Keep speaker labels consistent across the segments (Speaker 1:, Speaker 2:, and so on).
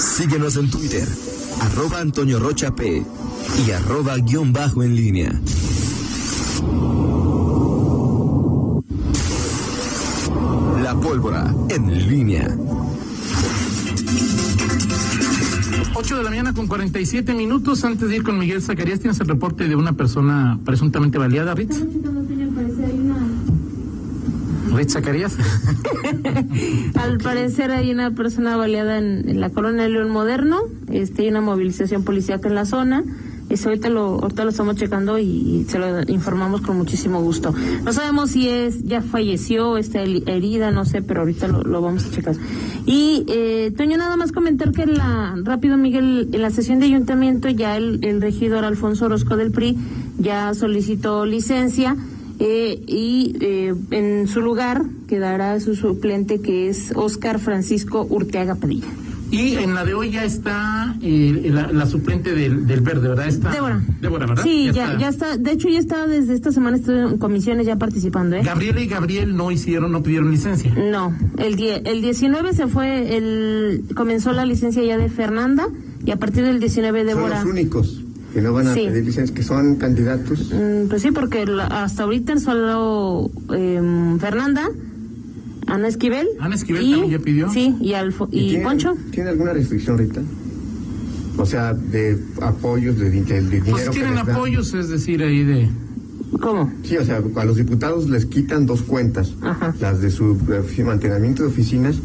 Speaker 1: Síguenos en Twitter, arroba Antonio Rocha P y arroba guión bajo en línea. La pólvora en línea.
Speaker 2: 8 de la mañana con 47 minutos. Antes de ir con Miguel Zacarías, tienes el reporte de una persona presuntamente baleada, Ritz. Ritz Zacarías.
Speaker 3: Al parecer hay una persona baleada en, en la colonia de León Moderno. Este, hay una movilización policíaca en la zona. Este, ahorita, lo, ahorita lo estamos checando y, y se lo informamos con muchísimo gusto. No sabemos si es ya falleció, está hel- herida, no sé, pero ahorita lo, lo vamos a checar. Y, eh, Toño, nada más comentar que en la, rápido, Miguel, en la sesión de ayuntamiento ya el, el regidor Alfonso Orozco del PRI ya solicitó licencia. Eh, y eh, en su lugar quedará su suplente que es Óscar Francisco Urteaga Padilla.
Speaker 2: Y en la de hoy ya está eh, la, la suplente del, del verde, ¿verdad? Está,
Speaker 3: Débora.
Speaker 2: Ah, Débora, ¿verdad?
Speaker 3: Sí, ya, ya, está. De hecho, ya está desde esta semana estoy en comisiones ya participando, ¿eh?
Speaker 2: Gabriela y Gabriel no hicieron, no pidieron licencia.
Speaker 3: No, el, die- el 19 se fue, el comenzó la licencia ya de Fernanda y a partir del 19
Speaker 4: Son
Speaker 3: Débora.
Speaker 4: los únicos que no van a
Speaker 3: Sí.
Speaker 4: pedir licencia, que son candidatos.
Speaker 3: Mm, Pues sí, porque la- hasta ahorita solo em, Fernanda, Ana Esquivel.
Speaker 2: Ana Esquivel también ya pidió.
Speaker 3: Sí, y, Alfo- y,
Speaker 4: tiene,
Speaker 3: Poncho.
Speaker 4: ¿Tiene alguna restricción ahorita? O sea, de apoyos, de, din- del dinero.
Speaker 2: Pues
Speaker 4: que
Speaker 2: tienen
Speaker 4: les dan.
Speaker 2: apoyos, es decir, ahí de...
Speaker 3: ¿Cómo?
Speaker 4: Sí, o sea, a los diputados les quitan dos cuentas,
Speaker 3: Ajá.
Speaker 4: las de su eh, mantenimiento de oficinas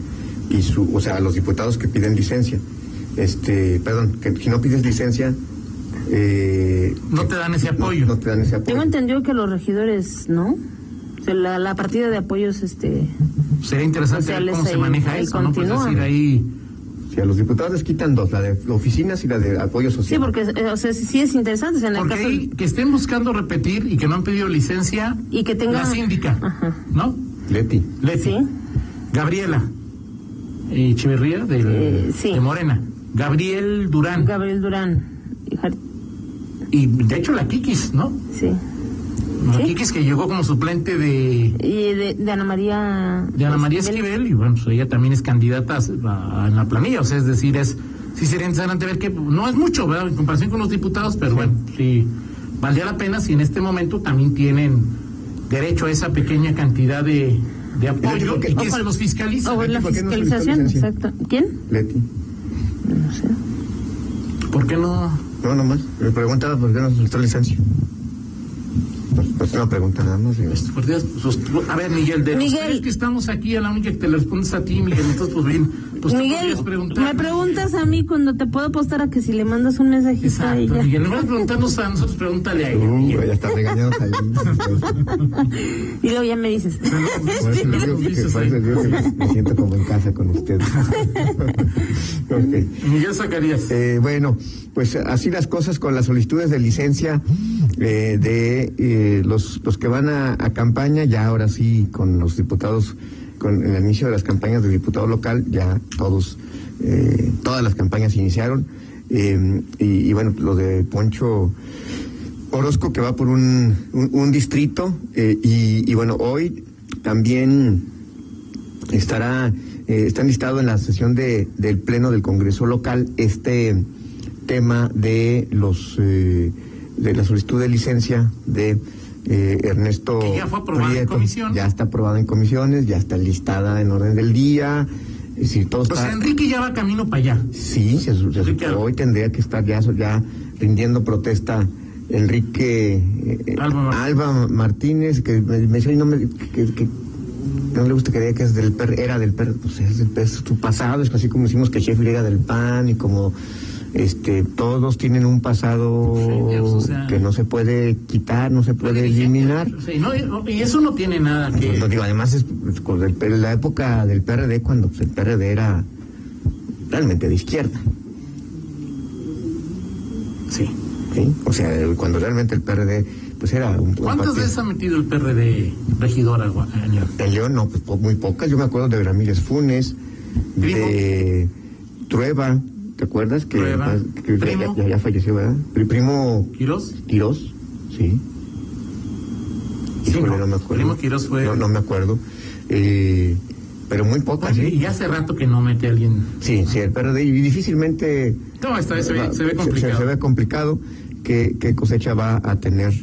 Speaker 4: y su, o sea, a los diputados que piden licencia. Este, perdón, que si no pides licencia, eh,
Speaker 2: No te dan ese apoyo.
Speaker 4: No, no te dan ese apoyo.
Speaker 3: Tengo entendido que los regidores, ¿no? O sea, la, la partida de apoyos, este.
Speaker 2: Sería interesante
Speaker 3: O sea,
Speaker 2: ver
Speaker 3: les
Speaker 2: cómo se
Speaker 3: ahí-
Speaker 2: maneja
Speaker 3: ahí
Speaker 2: eso, ¿no? Pues
Speaker 3: continúa.
Speaker 2: decir, ahí...
Speaker 4: Sí, a los diputados les quitan dos, la de oficinas y la de apoyo
Speaker 3: Sí,
Speaker 4: social.
Speaker 3: porque, eh, o sea, sí, sí es interesante. o sea, en el
Speaker 2: Porque
Speaker 3: caso.
Speaker 2: ahí que estén buscando repetir y que no han pedido licencia...
Speaker 3: Y que tenga-
Speaker 2: La síndica,
Speaker 3: Ajá.
Speaker 2: ¿no?
Speaker 4: Leti.
Speaker 2: Leti.
Speaker 3: Sí.
Speaker 2: Gabriela. Eh, Echeverría, del,
Speaker 3: Eh, sí.
Speaker 2: de Morena. Gabriel Durán.
Speaker 3: Gabriel Durán. y Jar-
Speaker 2: y de hecho la Kikis, ¿no?
Speaker 3: Sí.
Speaker 2: La
Speaker 3: Sí.
Speaker 2: Kikis que llegó como suplente de,
Speaker 3: Y de, de Ana María. este,
Speaker 2: de Ana María
Speaker 3: Esquivel.
Speaker 2: Esquivel y bueno, pues ella también es candidata a- a- en la planilla, o sea, es decir, es sí sería interesante ver que no es mucho, ¿verdad? En comparación con los diputados, pero bueno, sí valdría la pena si en este momento también tienen derecho a esa pequeña cantidad de, de apoyo
Speaker 4: porque-
Speaker 2: y que
Speaker 4: ojo,
Speaker 2: se los fiscaliza.
Speaker 3: O la
Speaker 4: ¿Por qué no solicitó
Speaker 3: fiscalización,
Speaker 4: licencia?
Speaker 3: exacto. ¿Quién?
Speaker 4: Leti.
Speaker 3: No sé.
Speaker 2: ¿Por qué no?
Speaker 4: No, nomás. Me preguntaba por qué no solicitó licencia. Pues, pues una pregunta nada más. digo.
Speaker 2: Por Dios, pues, a ver, Miguel, de los
Speaker 3: Miguel.
Speaker 2: tres que estamos aquí, a la única que te le respondes a ti, Miguel, entonces pues bien, pues tú
Speaker 3: Miguel,
Speaker 2: podrías preguntar.
Speaker 3: me preguntas a mí cuando te puedo apostar a que si le mandas un mensajito a
Speaker 2: Exacto,
Speaker 3: ella.
Speaker 2: Miguel, no vas a preguntarnos a nosotros, pregúntale a ella.
Speaker 4: Uh,
Speaker 2: Miguel.
Speaker 4: ya está regañados ahí.
Speaker 3: Y luego ya me dices.
Speaker 4: Por eso les digo que- por
Speaker 2: ¿eh?
Speaker 4: eso les digo que me siento como en casa con ustedes. Ok.
Speaker 2: Miguel Zacarías.
Speaker 4: Eh, bueno, pues así las cosas con las solicitudes de licencia eh, de eh, los, los que van a, a campaña, ya ahora sí, con los diputados, con el inicio de las campañas de diputado local, ya todos, eh, todas las campañas iniciaron. Eh, y, y bueno, lo de Poncho Orozco que va por un, un, un distrito eh, y, y bueno, hoy también estará eh, está listado en la sesión de, del pleno del Congreso local este tema de los eh, de la solicitud de licencia de eh, Ernesto
Speaker 2: Que ya fue aprobada en
Speaker 4: Prieto.
Speaker 2: comisión.
Speaker 4: ya está aprobada en comisiones ya está listada en orden del día es decir, todo
Speaker 2: O
Speaker 4: está
Speaker 2: sea, pues, Enrique ya va camino para allá.
Speaker 4: Sí, se, su- se
Speaker 2: Sí,
Speaker 4: su-
Speaker 2: claro.
Speaker 4: hoy tendría que estar ya, ya rindiendo protesta Enrique eh, eh,
Speaker 2: Alba Martínez.
Speaker 4: Alba Martínez, que me, me decía, "Ay, no me- que- que no le gusta que diga que es del PER, era del PER, pues es, del PER, es tu pasado, es así como decimos que Sheffield era del PAN y como este todos tienen un pasado
Speaker 2: Sí, ya, pues, o sea-
Speaker 4: que no se puede quitar, no se puede eliminar.
Speaker 2: Sí, no, y- y eso no tiene nada que.
Speaker 4: Entonces, digo, además es con el- en la época del PRD cuando pues, el PRD era realmente de izquierda.
Speaker 2: Sí.
Speaker 4: ¿sí? O sea, el- cuando realmente el PRD, pues era un, un
Speaker 2: ¿Cuántas
Speaker 4: partido-
Speaker 2: veces ha metido el PRD regidor al año?
Speaker 4: De León, no, pues po- muy pocas. Yo me acuerdo de Ramírez Funes, de Trueba, ¿te acuerdas? Que,
Speaker 2: Trueba,
Speaker 4: que ya-
Speaker 2: Primo.
Speaker 4: ya, ya falleció, ¿verdad? El primo
Speaker 2: ¿Quirós?
Speaker 4: Quirós, sí.
Speaker 2: Sí,
Speaker 4: Híjole,
Speaker 2: no,
Speaker 4: no me acuerdo.
Speaker 2: Primo Quirós fue-
Speaker 4: No, no me acuerdo. Eh, pero muy pocas.
Speaker 2: Oye,
Speaker 4: ¿eh?
Speaker 2: y hace rato que no mete a alguien.
Speaker 4: Sí, sí, el PRD y difícilmente
Speaker 2: No, esta vez se ve,
Speaker 4: va-
Speaker 2: Ah, se ve complicado.
Speaker 4: Ah, se ve complicado qué, qué cosecha va a tener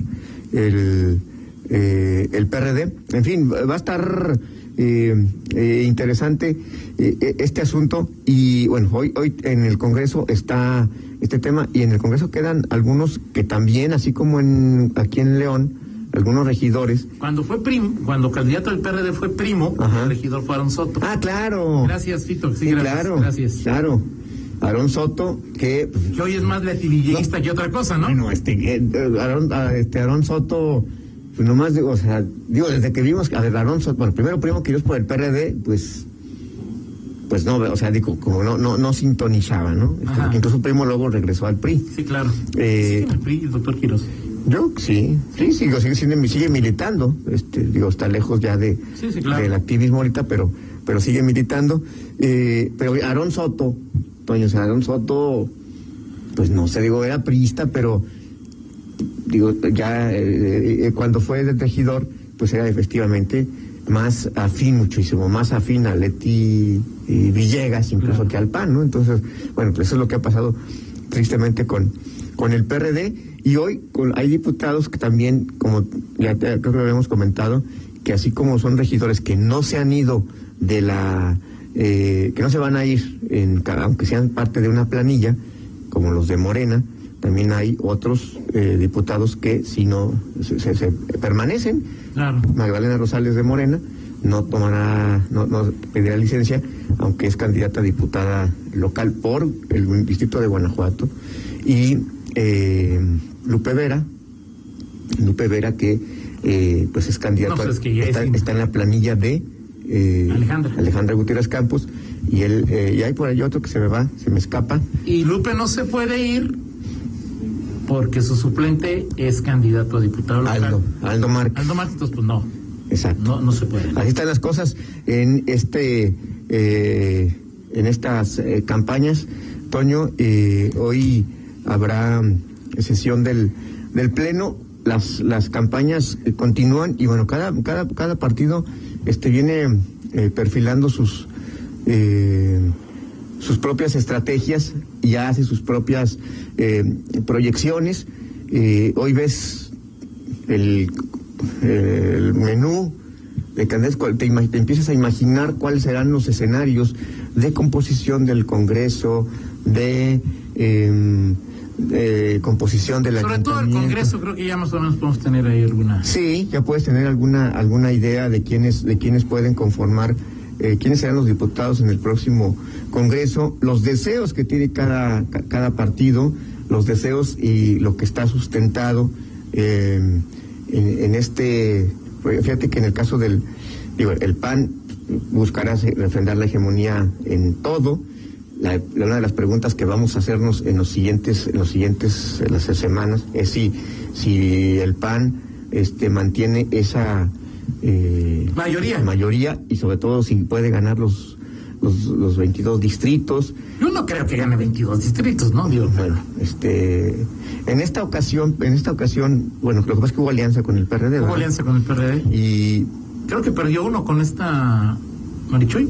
Speaker 4: el, eh, el PRD. En fin, va a estar eh, eh, interesante eh, eh, este asunto y bueno, hoy, hoy en el Congreso está este tema y en el Congreso quedan algunos que también, así como en aquí en León, algunos regidores.
Speaker 2: Cuando fue primo, cuando candidato del PRD fue primo,
Speaker 4: Ajá.
Speaker 2: el regidor fue Aaron Soto.
Speaker 4: Ah, claro.
Speaker 2: Gracias, Fito. Sí,
Speaker 4: Sí,
Speaker 2: gracias.
Speaker 4: claro.
Speaker 2: Gracias.
Speaker 4: Claro. Aarón Soto, que pues,
Speaker 2: Que hoy es más latilliguista que otra cosa, ¿no?
Speaker 4: Bueno, este, eh, eh, Aarón, ah, este Aarón Soto, pues nomás digo, o sea, digo, desde que vimos, a ver, Aarón Soto, bueno, primero Primo Quirós por el PRD, pues, pues no, o sea, digo, como no, no, no sintonizaba, ¿no? Este,
Speaker 2: Ajá.
Speaker 4: porque incluso Primo luego regresó al PRI.
Speaker 2: Sí, claro.
Speaker 4: Eh,
Speaker 2: Sí, el PRI, el doctor Quiroz.
Speaker 4: Yo sí, sí, sigo, sigue, siendo- sigue militando, este, digo, está lejos ya de,
Speaker 2: Sí, sí, claro.
Speaker 4: del activismo ahorita, pero, pero sigue militando. Eh, pero Aarón Soto, Toño, o sea, Aarón Soto, pues no sé, digo, era priista, pero digo, ya eh, eh, cuando fue de regidor, pues era efectivamente más afín, muchísimo más afín a Leti y Villegas, incluso
Speaker 2: Claro.
Speaker 4: que al PAN, ¿no? Entonces, bueno, pues eso es lo que ha pasado tristemente con, con el PRD. Y hoy con- hay diputados que también, como ya te- creo que lo habíamos comentado, que así como son regidores que no se han ido de la. eh, que no se van a ir, en, ca- aunque sean parte de una planilla, como los de Morena, también hay otros eh, diputados que si no se, se- se permanecen.
Speaker 2: Claro.
Speaker 4: Magdalena Rosales de Morena no tomará, no, no pedirá licencia, aunque es candidata a diputada local por el distrito de Guanajuato. Y eh, Lupe Vera, Lupe Vera que eh, pues es candidata,
Speaker 2: No, pues es que ya es
Speaker 4: está,
Speaker 2: in-
Speaker 4: está en la planilla de eh,
Speaker 2: Alejandra.
Speaker 4: Alejandra Gutiérrez Campos. Y él, eh, y hay por ahí otro que se me va, se me escapa.
Speaker 2: Y Lupe no se puede ir porque su suplente es candidato a diputado local.
Speaker 4: Aldo, Aldo Márquez.
Speaker 2: Aldo Martínez, pues no.
Speaker 4: Exacto.
Speaker 2: No, no se puede.
Speaker 4: Así están las cosas en este eh, en estas eh, campañas. Toño, eh, hoy habrá mm, sesión del, del pleno. Las las campañas eh, continúan y bueno, cada cada cada partido este viene eh, perfilando sus eh, sus propias estrategias y ya hace sus propias eh, proyecciones. Eh, hoy ves el, el menú de Candés, cual- te, ima- te empiezas a imaginar cuáles serán los escenarios de composición del Congreso, de, em, de composición del
Speaker 2: Sobre todo el
Speaker 4: ayuntamiento.
Speaker 2: Congreso, creo que ya más o menos podemos tener ahí alguna.
Speaker 4: Sí, ya puedes tener alguna alguna idea de quiénes de quiénes pueden conformar eh, quiénes serán los diputados en el próximo Congreso, los deseos que tiene cada ca- cada partido, los deseos y lo que está sustentado eh, en, en este fíjate que en el caso del digo, el PAN buscará se- refrendar la hegemonía en todo. La, la- una de las preguntas que vamos a hacernos en los siguientes, en los siguientes, en las semanas, es si, si el PAN este mantiene esa eh,
Speaker 2: Mayoría.
Speaker 4: mayoría y sobre todo si puede ganar los los, los 22 distritos.
Speaker 2: Yo no creo que gane 22 distritos, ¿no? Digo,
Speaker 4: Bueno, este, en esta ocasión, en esta ocasión, bueno, lo que pasa es que hubo alianza con el PRD.
Speaker 2: hubo
Speaker 4: ¿verdad?
Speaker 2: alianza con el PRD.
Speaker 4: Y
Speaker 2: Creo que perdió uno con esta Marichuy.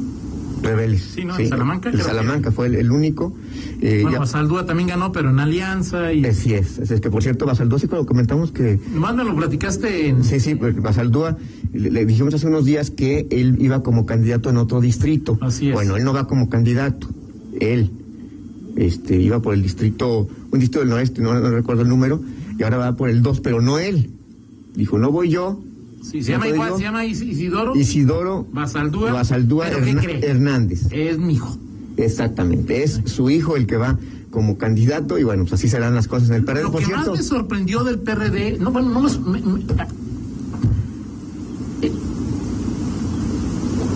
Speaker 4: Rebeles.
Speaker 2: Sí, ¿no? En Salamanca,
Speaker 4: El
Speaker 2: creo que-
Speaker 4: Salamanca fue el, el único. Eh,
Speaker 2: bueno,
Speaker 4: ya-
Speaker 2: Basaldúa también ganó, pero en alianza. y
Speaker 4: Así es, así es que por cierto, Basaldúa, sí, cuando comentamos que.
Speaker 2: Más me lo platicaste en...
Speaker 4: Sí, pues, sí, porque Basaldúa, le, le dijimos hace unos días que él iba como candidato en otro distrito.
Speaker 2: Así es.
Speaker 4: Bueno, él no va como candidato, él este, iba por el distrito, un distrito del noreste, no, no recuerdo el número, y ahora va por el 2, pero no él. Dijo, no voy yo,
Speaker 2: Sí, se
Speaker 4: ¿No
Speaker 2: llama
Speaker 4: te
Speaker 2: igual,
Speaker 4: digo?
Speaker 2: se llama Is- Isidoro
Speaker 4: Isidoro
Speaker 2: Basaldúa.
Speaker 4: Basaldúa
Speaker 2: ¿Pero qué
Speaker 4: Herna-
Speaker 2: cree?
Speaker 4: Hernández.
Speaker 2: Es mi hijo.
Speaker 4: Exactamente, es su hijo el que va como candidato y bueno, pues así serán las cosas en el PRD.
Speaker 2: Lo
Speaker 4: por
Speaker 2: que
Speaker 4: cierto,
Speaker 2: más me sorprendió del PRD, no, bueno, no los- me- me- eh,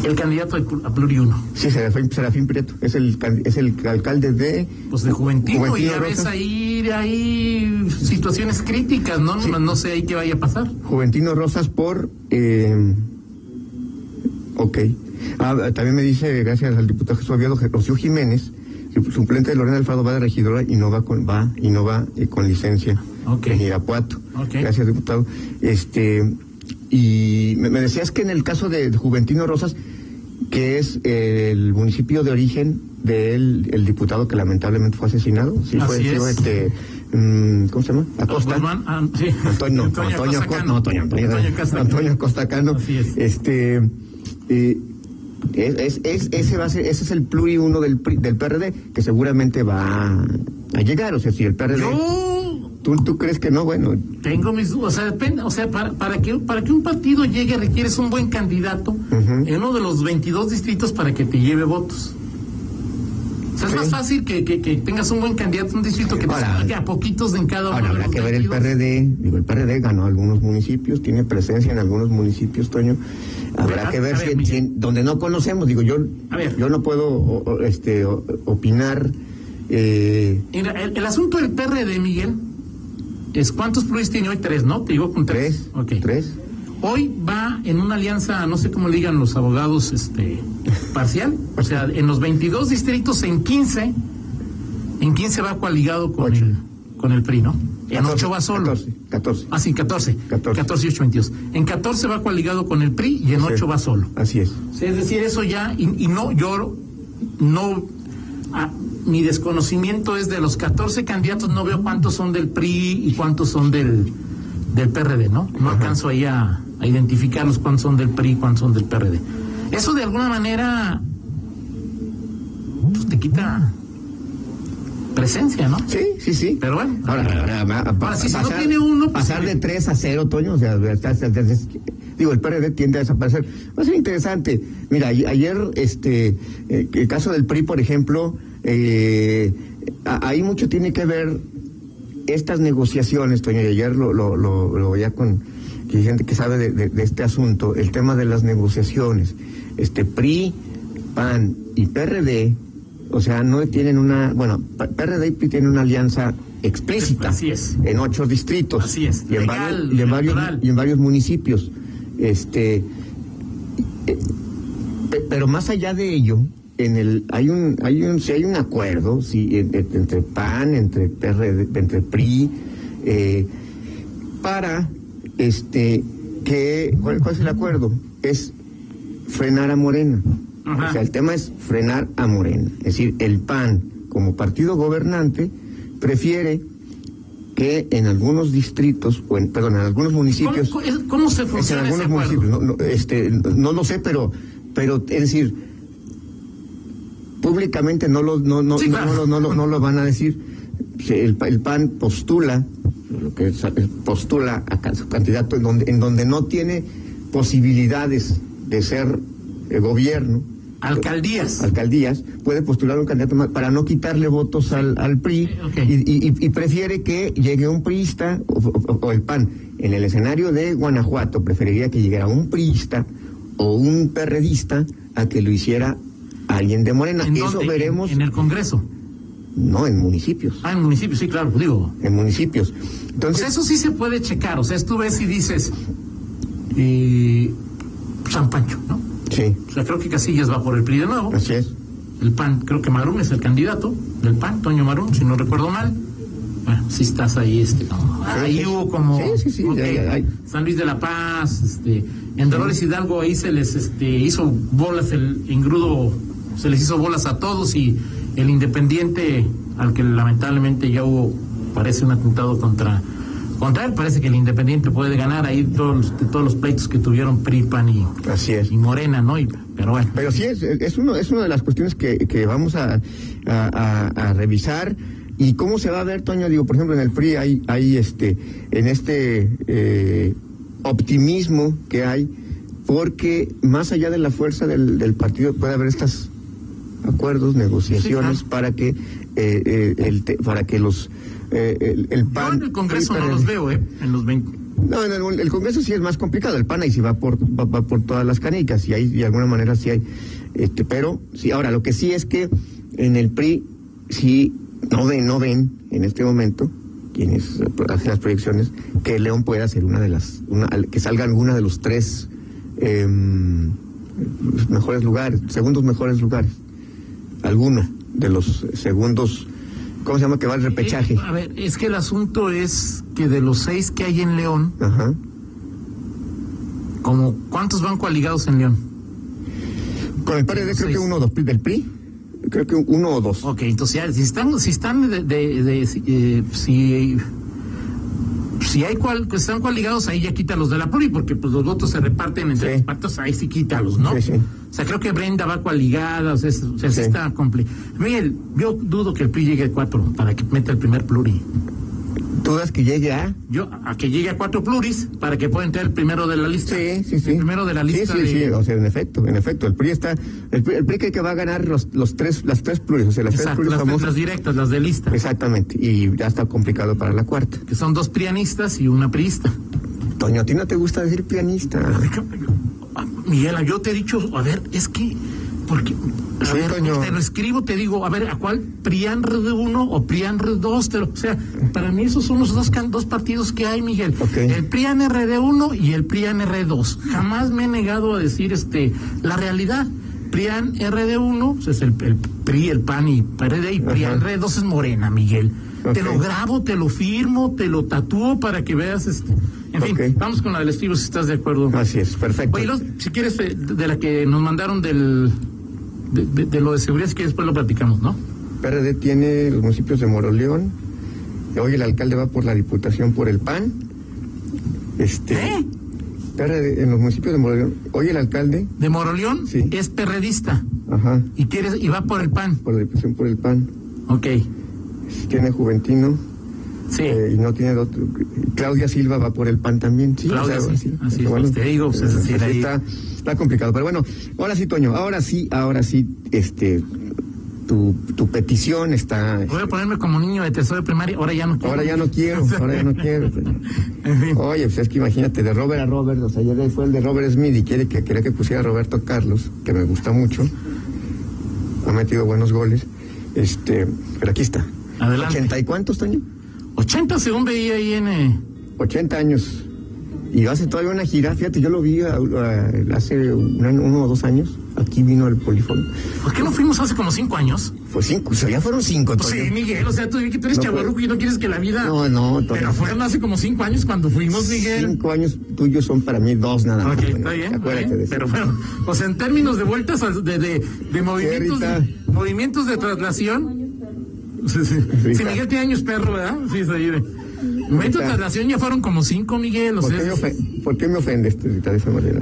Speaker 2: el candidato a pluriuno,
Speaker 4: sí, Serafín, Serafín Prieto, es el, can- es el alcalde de...
Speaker 2: pues de juventino, y ya ves
Speaker 4: Rosas,
Speaker 2: ahí, ahí situaciones críticas, ¿no? No, no sé ahí qué vaya a pasar.
Speaker 4: Juventino Rosas por... eh, ok. Ah, también me dice, gracias al diputado Jesús Oviedo, que Rocío Jiménez, su- suplente de Lorena Alfaro, va de regidora y no va con, va, y no va eh, con licencia
Speaker 2: Ok.
Speaker 4: en Irapuato.
Speaker 2: Ok.
Speaker 4: Gracias, diputado. Este, y me, me decías que en el caso de Juventino Rosas, que es eh, el municipio de origen del el diputado que lamentablemente fue asesinado. Sí, fue,
Speaker 2: Así
Speaker 4: sí,
Speaker 2: es.
Speaker 4: este, mm, ¿Cómo se llama? Acosta.
Speaker 2: Guzmán, ah, sí.
Speaker 4: Antonio, Antonio, Acosta-
Speaker 2: Castacano.
Speaker 4: no, Antonio, Antonio,
Speaker 2: Antonio Castacano.
Speaker 4: Antonio Costacano.
Speaker 2: Así es.
Speaker 4: Este, eh, es, es- ese va a ser, ese es el pluri uno del, PRI del PRD que seguramente va a, llegar. O sea, si el PRD.
Speaker 2: Yo
Speaker 4: ¿tú, ¿Tú crees que no? Bueno,
Speaker 2: Tengo mis dudas, o sea, depende, o sea, para, para que para que un partido llegue requieres un buen candidato en uno de los 22 distritos para que te lleve votos. O sea, es
Speaker 4: Sí.
Speaker 2: más fácil que, que, que tengas un buen candidato en un distrito que te
Speaker 4: Ahora-
Speaker 2: salga a poquitos en cada uno.
Speaker 4: Ahora
Speaker 2: de
Speaker 4: habrá
Speaker 2: los
Speaker 4: que ver el
Speaker 2: 22.
Speaker 4: PRD. Digo, el PRD ganó algunos municipios, tiene presencia en algunos municipios, Toño. Habrá
Speaker 2: A-
Speaker 4: que ver
Speaker 2: a
Speaker 4: si,
Speaker 2: ver, Miguel.
Speaker 4: si en- donde no conocemos. Digo, yo,
Speaker 2: A ver.
Speaker 4: yo no puedo o- o, este, o- opinar. eh,
Speaker 2: Mira, el, el asunto del PRD, Miguel, es cuántos pluris tiene hoy tres, ¿no? Te digo con tres.
Speaker 4: tres,
Speaker 2: Ok.
Speaker 4: tres.
Speaker 2: Hoy va en una alianza, no sé cómo le digan los abogados, este, parcial. O sea, en los 22 distritos, en 15, en 15 va coaligado con,
Speaker 4: Ocho.
Speaker 2: el, con el PRI, ¿no? En
Speaker 4: 14,
Speaker 2: 8 va solo.
Speaker 4: 14, 14.
Speaker 2: Ah, sí, 14.
Speaker 4: 14.
Speaker 2: 14 y 8, 22. En 14 va coaligado con el PRI y en 8
Speaker 4: Sí.
Speaker 2: va solo.
Speaker 4: Así es.
Speaker 2: O sea, es decir, eso ya, y, y no, yo no, ah, mi desconocimiento es de los 14 candidatos, no veo cuántos son del PRI y cuántos son del, del PRD, ¿no? No alcanzo ahí a, a identificarlos cuántos son del PRI y cuántos son del PRD. Eso de alguna manera pues, te quita presencia, ¿no?
Speaker 4: Sí, sí, sí.
Speaker 2: Pero bueno.
Speaker 4: Ahora, ahora, ma- pa-
Speaker 2: Ahora, si- si no
Speaker 4: pasar,
Speaker 2: tiene uno, pues,
Speaker 4: pasar
Speaker 2: sí.
Speaker 4: de 3 a 0, Toño, o sea, estás- estás- es- digo, el PRD tiende a desaparecer. Va a ser interesante. Mira, a- ayer, este, eh, el caso del PRI, por ejemplo, eh, a- ahí mucho tiene que ver estas negociaciones, Toño, y ayer lo, lo, lo, lo veía con que hay gente que sabe de, de- de este asunto, el tema de las negociaciones. Este PRI, PAN y PRD, o sea, no tienen una, bueno, pa- PRD y PRI tienen una alianza explícita
Speaker 2: Así es.
Speaker 4: en ocho distritos.
Speaker 2: Así es,
Speaker 4: Y en,
Speaker 2: legal,
Speaker 4: varios, y en varios-
Speaker 2: electoral.
Speaker 4: y en varios municipios. Este, Pe- Pero más allá de ello, en el hay un hay un si hay un acuerdo, si en- en- entre PAN, entre PRD, entre PRI eh, para este que ¿cuál, cuál es el acuerdo? Es frenar a Morena.
Speaker 2: Ajá.
Speaker 4: O sea, el tema es frenar a Morena, es decir, el PAN como partido gobernante prefiere que en algunos distritos o en perdón, en algunos
Speaker 2: ¿Cómo,
Speaker 4: municipios
Speaker 2: cómo- es- cómo se
Speaker 4: es en
Speaker 2: funciona ese
Speaker 4: algunos
Speaker 2: acuerdo?
Speaker 4: municipios. No, no, este, no lo sé, pero, pero es decir, públicamente no lo, no, no,
Speaker 2: Sí,
Speaker 4: no,
Speaker 2: claro.
Speaker 4: no lo- no lo- no lo van a decir. Se- El, pa- el PAN postula, lo que es- postula a ca- su candidato en donde, en donde no tiene posibilidades de ser eh, gobierno
Speaker 2: Alcaldías.
Speaker 4: alcaldías, puede postular un candidato más para no quitarle votos al, al PRI
Speaker 2: Eh, ok.
Speaker 4: y, y- y- y prefiere que llegue un priista o, o- o el PAN. En el escenario de Guanajuato, preferiría que llegara un priista o un perredista a que lo hiciera alguien de Morena.
Speaker 2: ¿En
Speaker 4: Eso
Speaker 2: dónde?
Speaker 4: veremos,
Speaker 2: En, en el Congreso.
Speaker 4: no en municipios,
Speaker 2: Ah, en municipios, sí, claro, digo.
Speaker 4: en municipios.
Speaker 2: O
Speaker 4: Entonces,
Speaker 2: sea, Pues eso sí se puede checar. O sea, tú ves y dices eh, San Pancho, ¿no?
Speaker 4: sí,
Speaker 2: O sea, creo que Casillas va por el PRI de nuevo.
Speaker 4: así es.
Speaker 2: El PAN, creo que Marum es el candidato del PAN, Toño Marum, si no recuerdo mal. Bueno, si estás ahí, este, como-
Speaker 4: Ah, Sí,
Speaker 2: ahí
Speaker 4: sí.
Speaker 2: hubo como
Speaker 4: Sí, sí, sí,
Speaker 2: ok,
Speaker 4: ahí, ahí.
Speaker 2: San Luis de la Paz, este, en Dolores Hidalgo ahí se les este, hizo bolas el engrudo, se les hizo bolas a todos y el independiente al que lamentablemente ya hubo parece un atentado contra contra él, parece que el independiente puede ganar ahí todos los, de todos los pleitos que tuvieron PRI, PAN y,
Speaker 4: Así es.
Speaker 2: y Morena, ¿no? Y- pero bueno.
Speaker 4: Pero sí es, es uno, es una de las cuestiones que, que vamos a, a- a- a revisar. ¿Y cómo se va a ver, Toño? Digo, por ejemplo, en el PRI hay, hay este, en este eh, optimismo que hay, porque más allá de la fuerza del, del partido puede haber estas acuerdos, negociaciones
Speaker 2: Sí, claro.
Speaker 4: para que eh, eh, el te- para que los eh, el, el
Speaker 2: Yo
Speaker 4: PAN
Speaker 2: en el Congreso
Speaker 4: PRI,
Speaker 2: no
Speaker 4: PRD.
Speaker 2: los veo, ¿eh? En los 20.
Speaker 4: No, en el, el Congreso sí es más complicado. El PAN ahí sí va por, va, va por todas las canicas y ahí de alguna manera sí hay. Este, pero sí, ahora lo que sí es que en el PRI sí no ven, no ven en este momento quienes eh, hacen las proyecciones que León pueda ser una de las, una, al- que salga alguna de los tres em, mejores lugares, segundos mejores lugares, alguno de los segundos, ¿cómo se llama que va el repechaje?
Speaker 2: Eh, a ver, es que el asunto es que de los seis que hay en León,
Speaker 4: Ajá.
Speaker 2: como ¿cuántos van coaligados en León?
Speaker 4: Con el PRD
Speaker 5: Los
Speaker 4: creo que
Speaker 5: seis.
Speaker 4: uno o dos, ¿del PRI? Creo que uno o dos.
Speaker 2: Ok, entonces ya, si están, si están de, de- de- si, eh, si, si hay cual, que están ligados ahí ya quita los de la PRI, porque pues los votos se reparten entre
Speaker 4: Sí.
Speaker 2: los partidos, ahí sí quítalos, ¿no?
Speaker 4: Sí, sí.
Speaker 2: O sea, creo que Brenda va coaligada, o sea, es- o sea, sí
Speaker 4: Sí.
Speaker 2: está complicado. Miguel, yo dudo que el PRI llegue a cuatro para que meta el primer pluri.
Speaker 4: ¿Todas que llegue ¿ah? a...?
Speaker 2: Yo, a que llegue a cuatro pluris para que pueda entrar el primero de la lista.
Speaker 4: Sí, sí, sí.
Speaker 2: El primero de la lista.
Speaker 4: Sí, sí,
Speaker 2: de-
Speaker 4: sí, o sea, en efecto, en efecto, el PRI está, el PRI, el PRI cree que va a ganar los, los tres, las tres pluris, o sea, las
Speaker 2: Exacto,
Speaker 4: tres
Speaker 2: las,
Speaker 4: pluris famosas.
Speaker 2: las directas, las de lista.
Speaker 4: Exactamente, y ya está complicado para la cuarta.
Speaker 2: Que son dos prianistas y una priista.
Speaker 4: Toño, ¿a ti no te gusta decir pianista?
Speaker 2: Ah, Miguel, yo te he dicho, a ver, es que, porque, a
Speaker 4: Sí,
Speaker 2: ver,
Speaker 4: Toño.
Speaker 2: te lo escribo, te digo, a ver, ¿a cuál? ¿Prian Red 1 o Prian Red 2? Te lo- o sea, para mí esos son los dos, can- dos partidos que hay, Miguel.
Speaker 4: Ok.
Speaker 2: El Prian RD1 y el Prian RD2. Jamás me he negado a decir este la realidad. Prian RD1 pues, es el, el PRI, el PAN y PRD, y Prian
Speaker 4: Ajá.
Speaker 2: RD2 es Morena, Miguel. Te lo
Speaker 4: Ok.
Speaker 2: grabo, te lo firmo, te lo tatúo para que veas este. En fin,
Speaker 4: Ok.
Speaker 2: vamos con la del estilo si estás de acuerdo.
Speaker 4: Así es, perfecto.
Speaker 2: Oye, los- si quieres, eh, de la que nos mandaron del, de, de- de lo de seguridad, es que después lo platicamos, ¿no?
Speaker 4: PRD tiene los municipios de Moroleón. Hoy el alcalde va por la diputación por el PAN. Este,
Speaker 2: ¿Eh?
Speaker 4: PRD en los municipios de Moroleón. Hoy el alcalde,
Speaker 2: De Moroleón
Speaker 4: Sí.
Speaker 2: es perredista
Speaker 4: ajá,
Speaker 2: y, quiere, y va por el pan.
Speaker 4: por la diputación por el PAN.
Speaker 2: Ok,
Speaker 4: Tiene Juventino
Speaker 2: sí.
Speaker 4: eh, y no tiene otro. Claudia Silva va por el PAN también. Sí,
Speaker 2: Claudia, sí, así es,
Speaker 4: bueno,
Speaker 2: pues, te digo, pues, es
Speaker 4: eh,
Speaker 2: decir,
Speaker 4: así
Speaker 2: ahí-
Speaker 4: está, está complicado. Pero bueno, ahora sí, Toño, ahora sí, ahora sí, este, tu, tu petición está.
Speaker 2: Voy a ponerme como niño de tesoro de primaria, ahora ya no quiero.
Speaker 4: Ahora ya no quiero, ahora ya no quiero.
Speaker 2: En fin.
Speaker 4: Oye, pues es que imagínate, de Robert a Robert, o sea, ayer fue el de Robert Smith y quiere que, quería que pusiera a Roberto Carlos, que me gusta mucho, ha metido buenos goles, este, pero aquí está.
Speaker 2: Adelante.
Speaker 4: ¿80 y cuántos, Toño?
Speaker 2: 80 según veía ahí en... eh,
Speaker 4: 80 años. Y hace todavía una gira, fíjate, yo lo vi a- a- hace un año- uno o dos años, aquí vino el polifón.
Speaker 2: ¿Por qué no fuimos hace como 5 años?
Speaker 4: Fue cinco, o sea, ya fueron cinco,
Speaker 2: Pues
Speaker 4: Toño.
Speaker 2: sí, Miguel, o sea, tú, que tú eres
Speaker 4: No, pues.
Speaker 2: chavarruco y no quieres que la vida...
Speaker 4: No, no, Toño.
Speaker 2: Pero fueron hace como 5 años cuando fuimos, Miguel.
Speaker 4: Cinco años tuyos son para mí dos nada más.
Speaker 2: Ok,
Speaker 4: Toño.
Speaker 2: está bien, está
Speaker 4: Acuérdate
Speaker 2: bien,
Speaker 4: de eso.
Speaker 2: pero bueno, o sea, en términos de vueltas, de, de, de movimientos, de,
Speaker 4: Rita.
Speaker 2: movimientos de traslación. Sí, sí.
Speaker 4: Rita.
Speaker 2: Sí, Miguel tiene años perro, ¿verdad? Sí, está ahí. de- Movimientos de
Speaker 4: Rita.
Speaker 2: traslación ya fueron como cinco, Miguel. O
Speaker 4: ¿Por
Speaker 2: sea,
Speaker 4: qué, me ofen- por qué me ofendes Tita, de esa manera?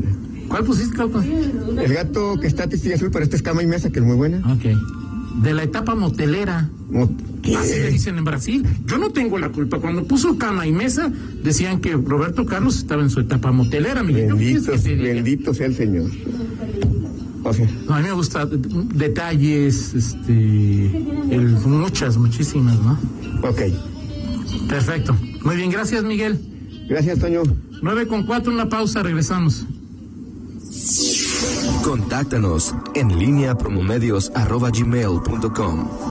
Speaker 2: ¿Cuál pusiste, Caupa?
Speaker 4: El gato que está testigo azul, pero esta es cama y mesa, que es muy buena.
Speaker 2: Ok. De la etapa motelera.
Speaker 4: No, ¿qué?
Speaker 2: Así le dicen en Brasil. Yo no tengo la culpa. Cuando puso cama y mesa, decían que Roberto Carlos estaba en su etapa motelera, Miguel. ¿Yo qué quieres que
Speaker 4: Bendito,
Speaker 2: te diga?
Speaker 4: bendito sea el Señor. O sea,
Speaker 2: No, a mí me gusta de- detalles, este, el- muchas, muchísimas, ¿no?
Speaker 4: ok.
Speaker 2: Perfecto. Muy bien, gracias Miguel.
Speaker 4: Gracias, Toño.
Speaker 2: 9 con 4, una pausa, regresamos.
Speaker 1: Contáctanos en línea promomedios arroba gmail punto com.